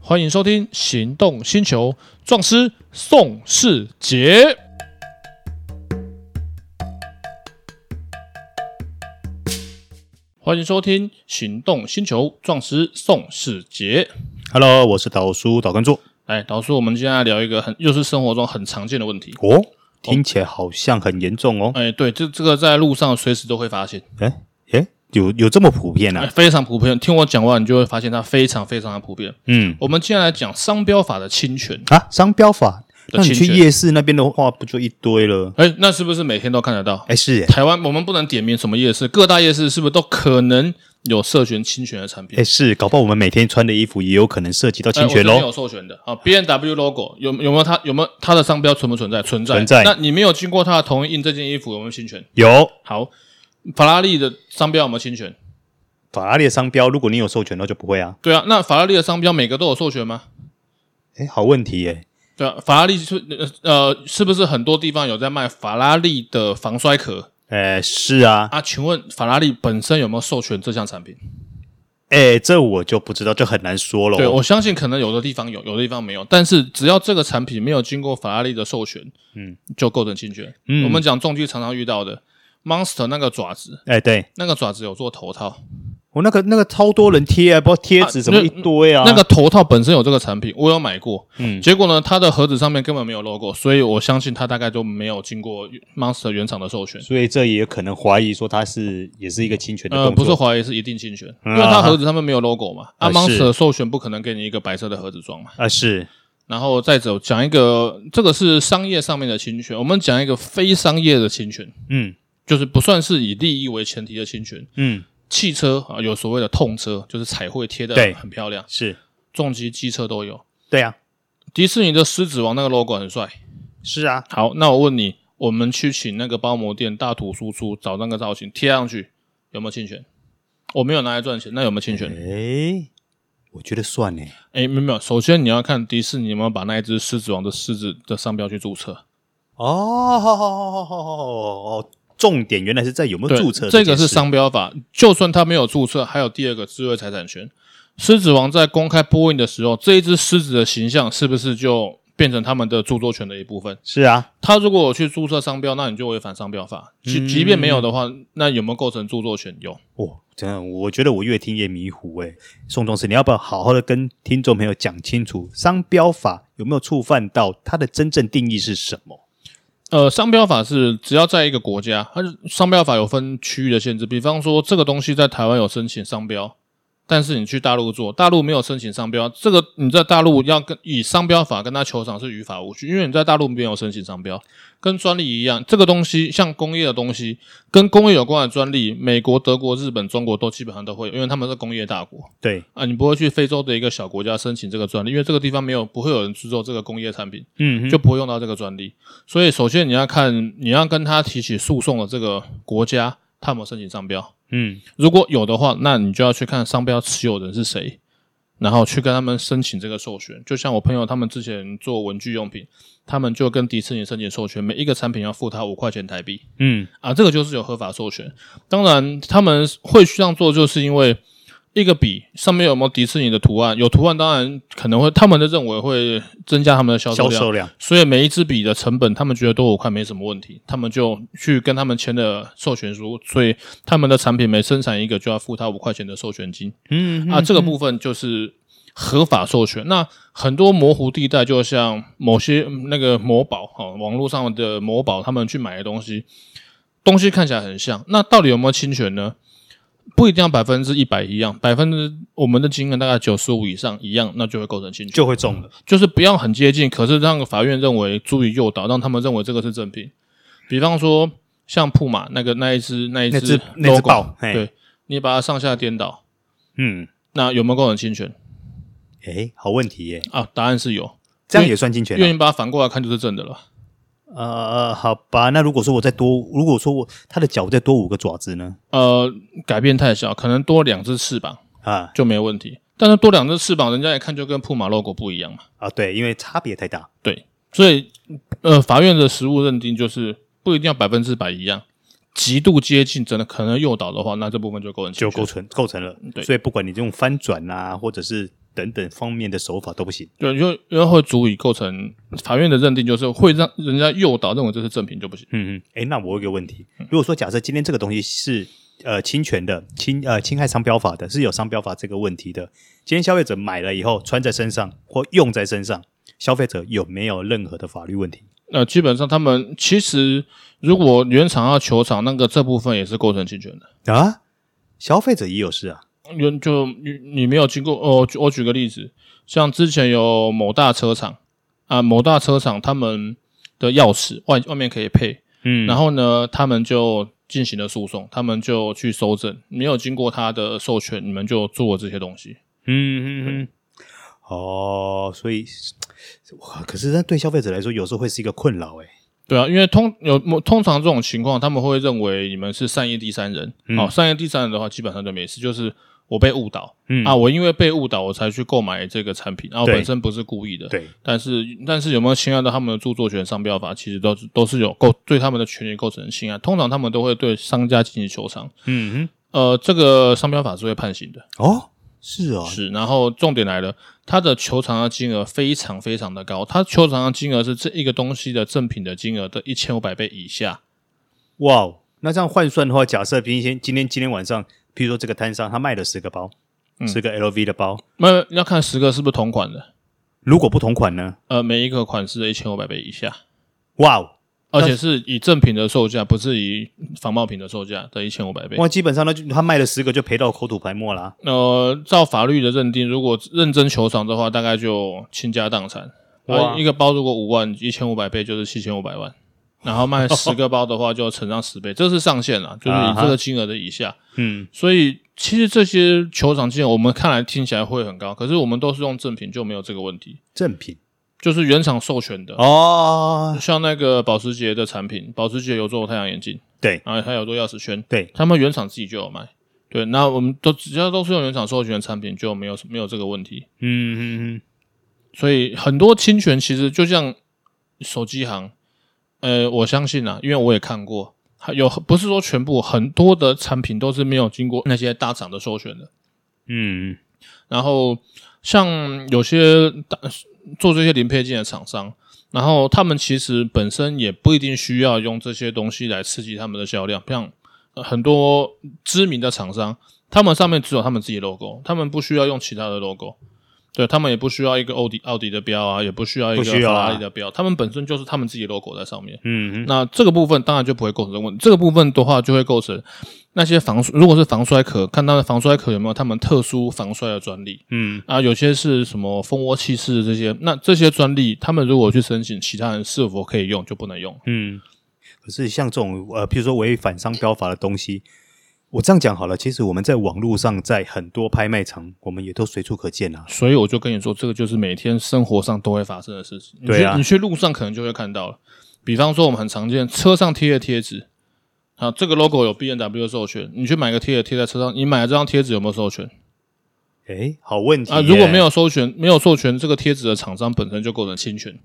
欢迎收听《行动星球》，壮师宋世杰。欢迎收听《行动星球》，壮师宋世杰。 Hello，我是导叔导观众。哎，导叔，我们今天来聊一个很又是生活中很常见的问题。哦，听起来好像很严重哦。哎，对，这这个在路上随时都会发现，哎哎，有有这么普遍哎，啊？非常普遍。听我讲完，你就会发现它非常非常的普遍。嗯我们接下来讲商标法的侵权。啊，商标法，的那你侵去权夜市那边的话，不就一堆了？哎，那是不是每天都看得到？哎，是耶台湾我们不能点名什么夜市，各大夜市是不是都可能有授权侵权的产品？哎是，搞不好我们每天穿的衣服也有可能涉及到哎侵权我这边喽。有授权的啊，B N W logo 有有没有它有没有它的商标存不存在？存在。存在那你没有经过他的同意印这件衣服有没有侵权？有好，法拉利的商标有没有侵权？法拉利的商标，如果你有授权的话就不会啊。对啊，那法拉利的商标每个都有授权吗？哎，好问题耶。对啊，法拉利是呃是不是很多地方有在卖法拉利的防摔壳哎，是啊，啊？请问法拉利本身有没有授权这项产品？哎，这我就不知道，就很难说对，喽。我相信可能有的地方有，有的地方没有。但是只要这个产品没有经过法拉利的授权，嗯，就构成侵权。嗯我们讲重机常常遇到的 Monster 那个爪子，哎，对那个爪子有做头套，我那个那个超多人贴啊，不知道贴纸怎么一堆啊。那个头套本身有这个产品，我有买过。嗯结果呢，它的盒子上面根本没有 logo，所以我相信它大概就没有经过 Monster 原厂的授权。所以这也可能怀疑说它是也是一个侵权的呃，动不作。是怀疑，是一定侵权，因嗯为它盒子上面没有 logo 嘛。啊啊是，Monster 授权不可能给你一个白色的盒子装嘛。啊，是然后再走讲一个，这个是商业上面的侵权，我们讲一个非商业的侵权，嗯就是不算是以利益为前提的侵权。嗯，汽车啊，有所谓的痛车，就是彩绘贴的对很漂亮，是重机、机车都有。对啊，迪士尼的《狮子王》那个 logo 很帅。是啊，好，那我问你，我们去请那个包模店大土输出找那个造型贴上去，有没有侵权？我没有拿来赚钱，那有没有侵嗯权？诶，我觉得算呢。哎，没有没有。首先你要看迪士尼有没有把那一只狮子王的狮子的商标去注册。哦，好好好好好好哦，重点原来是在有没有对，注册这件个是事商标法，就算他没有注册，还有第二个智慧财产权。狮子王在公开播映的时候，这一只狮子的形象是不是就变成他们的著作权的一部分？是啊，他如果有去注册商标，那你就违反商标法。即即便没有的话，那有没有构成著作权？有。哦，真的，我觉得我越听越迷糊诶。宋仲师，你要不要好好的跟听众朋友讲清楚，商标法有没有触犯到它的真正定义是什么？呃，商标法是只要在一个国家，它是商标法有分区域的限制。比方说，这个东西在台湾有申请商标，但是你去大陆做，大陆没有申请商标，这个你在大陆要跟以商标法跟他求偿是于法无据，因为你在大陆没有申请商标，跟专利一样，这个东西像工业的东西，跟工业有关的专利，美国、德国、日本、中国都基本上都会有，因为他们是工业大国对，啊，你不会去非洲的一个小国家申请这个专利，因为这个地方没有不会有人制作这个工业产品。嗯就就不会用到这个专利。所以首先你要看，你要跟他提起诉讼的这个国家，他有没有申请商标。嗯如果有的话，那你就要去看商标持有人是谁，然后去跟他们申请这个授权。就像我朋友他们之前做文具用品，他们就跟迪士尼申请授权，每一个产品要付他五块钱台币嗯，啊，这个就是有合法授权。当然，他们会这样做，就是因为。一个笔上面有没有迪士尼的图案？有图案当然可能会，他们的认为会增加他们的销售销量，售量所以每一支笔的成本，他们觉得多五块没什么问题，他们就去跟他们签了授权书，所以他们的产品每生产一个就要付他五块钱的授权金、嗯啊，这个部分就是合法授权。那很多模糊地带，就像某些嗯那个某宝哦，网络上的某宝，他们去买的东西，东西看起来很像，那到底有没有侵权呢？不一定要百分之一百一样，百分之我们的金额大概九十五以上一样，那就会构成侵权。就会中了。就是不要很接近，可是让法院认为足以诱导，让他们认为这个是正品。比方说，像铺马那个那一只那一那只只那只 logo，豹，嘿对你把它上下颠倒，嗯，那有没有构成侵权诶，好问题耶，啊？答案是有，这样也算侵权因啊为你把它反过来看就是正的了。呃，好吧，那如果说我再多，如果说我他的脚再多五个爪子呢？呃，改变太小，可能多两只翅膀啊就没问题，但是多两只翅膀，人家一看就跟铺马 logo 不一样嘛。啊，对，因为差别太大。对，所以呃，法院的实务认定就是不一定要百分之百一样，极度接近真的可能诱导的话，那这部分就构成侵就权构成构成了对，所以不管你这种翻转啊，或者是等等方面的手法都不行。对，因为因为会足以构成法院的认定，就是会让人家诱导认为这是正品就不行。嗯嗯，嗯哎，那我有个问题，如果说假设今天这个东西是呃侵权的，侵呃侵害商标法的，是有商标法这个问题的，今天消费者买了以后穿在身上或用在身上，消费者有没有任何的法律问题？那、基本上他们其实如果原厂要求偿，那个这部分也是构成侵权的。啊，消费者也有事啊。原就你你没有经过，哦、我举我举个例子，像之前有某大车厂啊，某大车厂他们的钥匙外外面可以配，嗯然后呢，他们就进行了诉讼，他们就去搜证，没有经过他的授权，你们就做了这些东西。嗯嗯嗯。哦，所以，哇，可是那对消费者来说，有时候会是一个困扰，哎，对啊，因为通有某通常这种情况，他们会认为你们是善意第三人。嗯哦，善意第三人的话，基本上就没事，就是我被误导、嗯啊，我因为被误导，我才去购买这个产品，然、啊、后对本身不是故意的。对，但是但是有没有侵害到他们的著作权、商标法，其实都是都是有构对他们的权利构成侵害。通常他们都会对商家进行求偿。嗯呃，这个商标法是会判刑的，哼，哦，是哦，是。然后重点来了，它的求偿的金额非常非常的高，它求偿的金额是这一个东西的赠品的金额的一千五百倍以下。哇哦，那这样换算的话，假设今天今天今天晚上，譬如说这个摊商他卖了十个包，十、个 LV 的包，那要看十个是不是同款的，如果不同款呢？呃，每一个款式一千五百倍以下，哇哦，而且是以正品的售价，不是以仿冒品的售价的一千五百倍。哇，基本上那就他卖了十个就赔到口吐白沫啦。呃，照法律的认定，如果认真求偿的话，大概就倾家荡产。哇啊，一个包如果五万，一千五百倍就是七千五百万。然后 卖十个包的话，就乘上十倍，这是上限啦，就是啊以哈这个金额的以下。嗯，所以其实这些球场金额，我们看来听起来会很高，可是我们都是用正品，就没有这个问题，正品就是原厂授权的。哦，像那个保时捷的产品，保时捷有做太阳眼镜，对然后还有做钥匙圈，对，他们原厂自己就有卖。对，那我们都只要都是用原厂授权的产品，就没有没有这个问题。嗯嗯嗯，所以很多侵权其实就像手机行，呃，我相信啊，因为我也看过，还有不是说全部，很多的产品都是没有经过那些大厂的授权的。嗯然后像有些大做这些零配件的厂商，然后他们其实本身也不一定需要用这些东西来刺激他们的销量，像呃很多知名的厂商，他们上面只有他们自己 logo，他们不需要用其他的 logo。对他们也不需要一个奥迪奥迪的标啊，也不需要一个不需要法啊拉利的标，他们本身就是他们自己 logo 在上面。嗯嗯，那这个部分当然就不会构成这个问题。这个部分的话，就会构成那些防如果是防摔壳，看它的防摔壳有没有他们特殊防摔的专利嗯啊，有些是什么蜂窝气室这些，那这些专利他们如果去申请，其他人是否可以用就不能用。嗯。可是像这种呃，譬如说违反商标法的东西，我这样讲好了，其实我们在网络上，在很多拍卖场，我们也都随处可见啊。所以我就跟你说，这个就是每天生活上都会发生的事情。你去对啊你去路上可能就会看到了。比方说，我们很常见车上贴的贴纸，啊，这个 logo 有 B N W 的授权，你去买个贴纸贴在车上，你买的这张贴纸有没有授权？哎，好问题啊，如果耶没有授权、没有授权这个贴纸的厂商本身就构成侵权。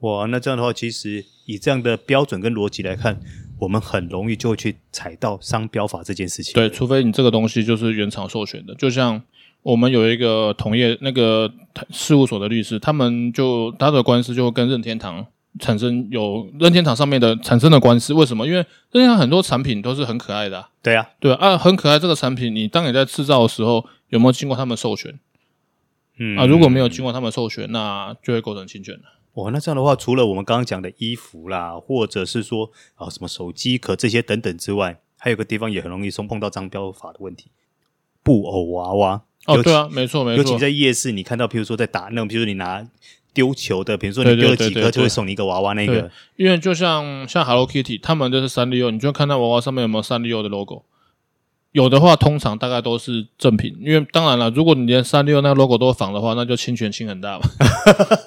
哇，那这样的话，其实以这样的标准跟逻辑来看，我们很容易就会去踩到商标法这件事情。对，除非你这个东西就是原厂授权的，就像我们有一个同业那个事务所的律师，他们就他的官司就跟任天堂产生有任天堂上面的产生的官司，为什么？因为任天堂很多产品都是很可爱的、啊，对啊，对啊，啊很可爱这个产品，你当你在制造的时候有没有经过他们授权嗯啊？如果没有经过他们授权，那就会构成侵权了。哇，那这样的话，除了我们刚刚讲的衣服啦，或者是说啊什么手机壳这些等等之外，还有个地方也很容易松碰到商标法的问题，布偶娃娃。哦，尤其对啊，没错没尤错其，在夜市，你看到，譬如说在打那种，譬如说你拿丢球的，比如说对你对丢了对几对颗，就会对送你一个娃娃那对个。因为就像像 Hello Kitty，他们就是三丽鸥，你就看到娃娃上面有没有三丽鸥的 logo。有的话，通常大概都是正品，因为当然了，如果你连三六那个 logo 都仿的话，那就侵权性很 大嘛。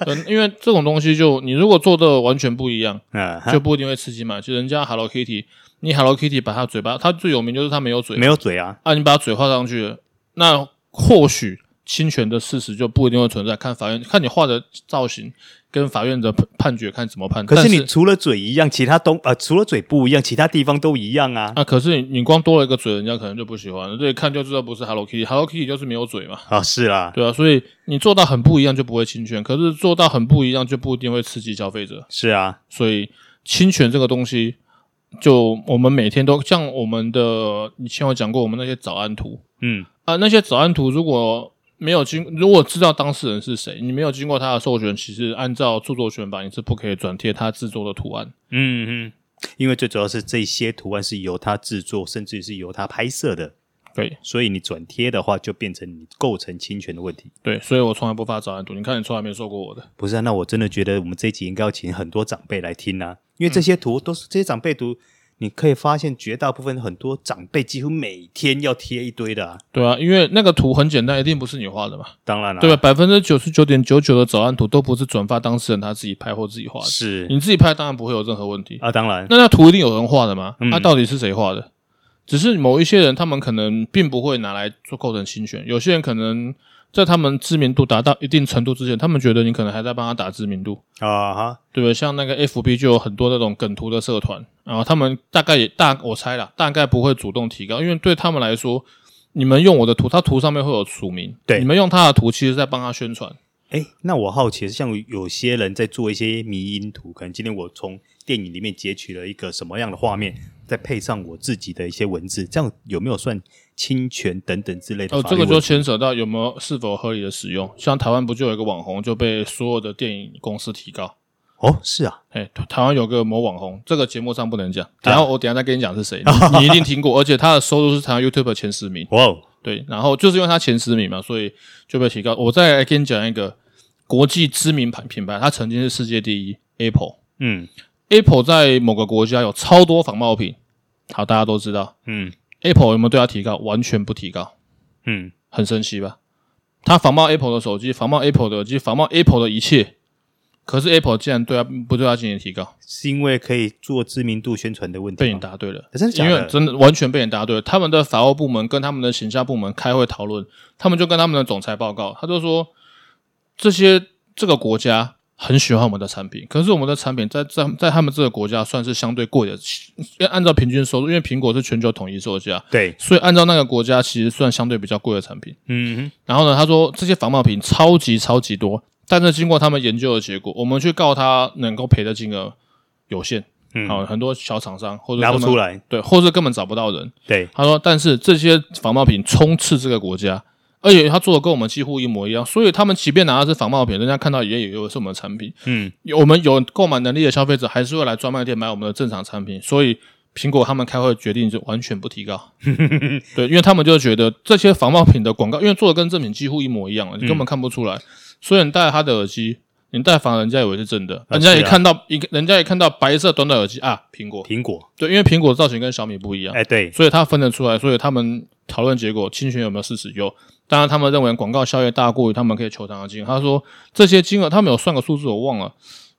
对，因为这种东西就你如果做的完全不一样，嗯，就不一定会刺激嘛。就人家 Hello Kitty，你 Hello Kitty 把它嘴巴，它最有名就是它没有嘴没有嘴啊，啊，你把它嘴画上去了，那或许侵权的事实就不一定会存在。看法院看你画的造型跟法院的判判决看怎么判。可但是是你除了嘴一样，其他东呃除了嘴不一样，其他地方都一样啊。啊，可是你你光多了一个嘴，人家可能就不喜欢了。所以看就知道不是 Hello Kitty，Hello Kitty 就是没有嘴嘛。啊，是啦，对啊，所以你做到很不一样就不会侵权，可是做到很不一样就不一定会刺激消费者。是啊，所以侵权这个东西，就我们每天都像我们的，以前有讲过我们那些早安图嗯，啊，那些早安图如果没有经，如果知道当事人是谁，你没有经过他的授权，其实按照著作权法，你是不可以转贴他制作的图案。嗯嗯，因为最主要是这些图案是由他制作，甚至于是由他拍摄的，对所以你转贴的话，就变成你构成侵权的问题。对，所以我从来不发早安图，你看你从来没收过我的。不是啊，那我真的觉得我们这一集应该要请很多长辈来听啊，因为这些图都是这些长辈图，你可以发现绝大部分很多长辈几乎每天要贴一堆的、啊。对啊，因为那个图很简单，一定不是你画的嘛，当然了、对啊吧？百分之九十九点九九的早安图都不是转发当事人他自己拍或自己画的，是你自己拍当然不会有任何问题。啊，当然，那那图一定有人画的吗？那、嗯到底是谁画的？只是某一些人，他们可能并不会拿来做构成侵权，有些人可能在他们知名度达到一定程度之前，他们觉得你可能还在帮他打知名度，啊哈，对不对？像那个 FB 就有很多那种梗图的社团，然后他们大概也大我猜啦，大概不会主动提高，因为对他们来说，你们用我的图，他图上面会有署名，对你们用他的图，其实在帮他宣传。哎，那我好奇的是，像有些人在做一些迷因图，可能今天我从电影里面截取了一个什么样的画面，再配上我自己的一些文字，这样有没有算侵权等等之类的哦，法律这问题？个就牵扯到有没有是否合理的使用，像台湾不就有一个网红就被所有的电影公司提告。哦，是啊，哎、台台湾有个某网红，这个节目上不能讲，等一下、我等一下再跟你讲是谁，你你一定听过，而且他的收入是台湾 YouTube 前十名，哇哦，对，然后就是因为他前十名嘛，所以就被提高。我再来跟你讲一个国际知名牌品牌，它曾经是世界第一，Apple。嗯 Apple 在某个国家有超多仿冒品，好，大家都知道嗯 Apple 有没有对他提高？完全不提高，嗯，很神奇吧？他仿冒 Apple 的手机，仿冒 Apple 的耳机，仿冒 Apple 的一切，可是 Apple 竟然对他不对他进行提高。是因为可以做知名度宣传的问被题你吗？答对了，真的假因的为真的完全被你答对了。他们的法务部门跟他们的行销部门开会讨论，他们就跟他们的总裁报告，他就说这些这个国家很喜欢我们的产品，可是我们的产品在在在他们这个国家算是相对贵的，要按照平均收入，因为苹果是全球统一售价，对，所以按照那个国家其实算相对比较贵的产品。嗯然后呢，他说这些仿冒品超级超级多，但是经过他们研究的结果，我们去告他能够赔的金额有限。嗯好、很多小厂商或哼，者拿不根本出来，对，或是根本找不到人。对，他说，但是这些仿冒品充斥这个国家，而且他做的跟我们几乎一模一样，所以他们即便拿的是仿冒品，人家看到也以为是我们的产品。嗯有我们有购买能力的消费者还是会来专卖店买我们的正常产品，所以苹果他们开会决定就完全不提 高。对，因为他们就觉得这些仿冒品的广告，因为做的跟正品几乎一模一样了，你嗯根本看不出来。所以你戴他的耳机，你戴反而人家以为是正的，人家是一啊看到一个，人家一看到白色短短耳机啊，苹果。苹果，对，因为苹果造型跟小米不一样。哎，对，所以他分得出来，所以他们讨论结果侵权有没有事实有。当然，他们认为广告效益大过于他们可以求偿的金额。他说这些金额他们有算个数字，我忘了。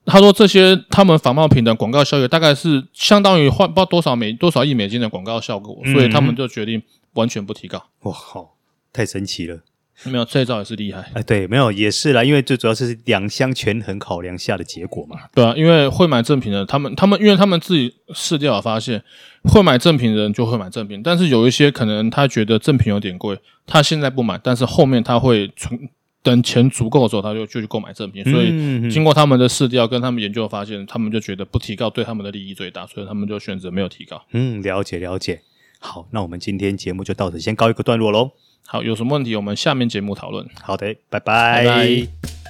他说这些他们仿冒品的广告效益大概是相当于换不知道多少美多少亿美金的广告效果，所以他们就决定完全不提高。哇靠，太神奇了。没有这一招也是厉害，哎，对，没有也是啦，因为最主要是两相权衡考量下的结果嘛。对啊，因为会买正品的他们，他们因为他们自己试掉发现，会买正品的人就会买正品，但是有一些可能他觉得正品有点贵，他现在不买，但是后面他会存等钱足够的时候，他就就去购买正品。所以嗯经过他们的试调跟他们研究发现，他们就觉得不提高对他们的利益最大，所以他们就选择没有提高。嗯，了解了解。好，那我们今天节目就到此先告一个段落喽。好，有什么问题我们下面节目讨论。好的，拜拜拜